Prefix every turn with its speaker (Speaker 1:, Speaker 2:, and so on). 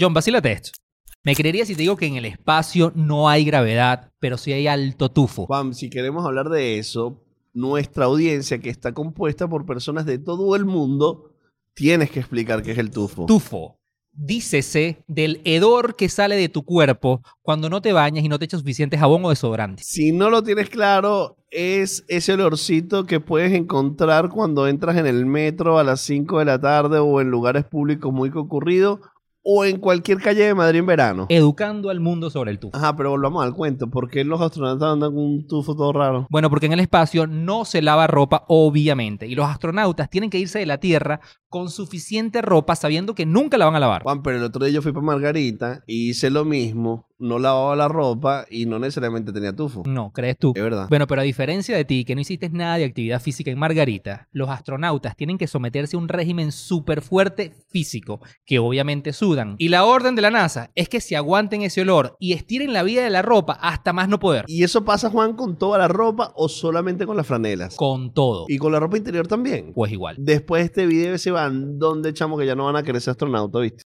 Speaker 1: John, vacílate esto. Me creería si te digo que en el espacio no hay gravedad, pero sí hay alto tufo.
Speaker 2: Juan, si queremos hablar de eso, nuestra audiencia que está compuesta por personas de todo el mundo, tienes que explicar qué es el tufo.
Speaker 1: Tufo. Dícese del hedor que sale de tu cuerpo cuando no te bañas y no te echas suficiente jabón o desodorante.
Speaker 2: Si no lo tienes claro, es ese olorcito que puedes encontrar cuando entras en el metro a las 5 de la tarde o en lugares públicos muy concurridos o en cualquier calle de Madrid en verano.
Speaker 1: Eh. Educando al mundo sobre el tufo.
Speaker 2: Ajá, pero volvamos al cuento. ¿Por qué los astronautas andan con un tufo todo raro?
Speaker 1: Bueno, porque en el espacio no se lava ropa, obviamente. Y los astronautas tienen que irse de la Tierra con suficiente ropa sabiendo que nunca la van a lavar.
Speaker 2: Juan, pero el otro día yo fui para Margarita y hice lo mismo. No lavaba la ropa y no necesariamente tenía tufo.
Speaker 1: No, crees tú.
Speaker 2: Es verdad.
Speaker 1: Bueno, pero a diferencia de ti, que no hiciste nada de actividad física en Margarita, los astronautas tienen que someterse a un régimen súper fuerte físico, que obviamente sudan. Y la orden de la NASA es que se aguanten ese olor y estiren la vida de la ropa hasta más no poder.
Speaker 2: ¿Y eso pasa, Juan, con toda la ropa o solamente con las franelas?
Speaker 1: Con todo.
Speaker 2: Y con la ropa interior también.
Speaker 1: Pues igual.
Speaker 2: Después de este video se van, ¿dónde chamo que ya no van a querer ser astronauta, viste?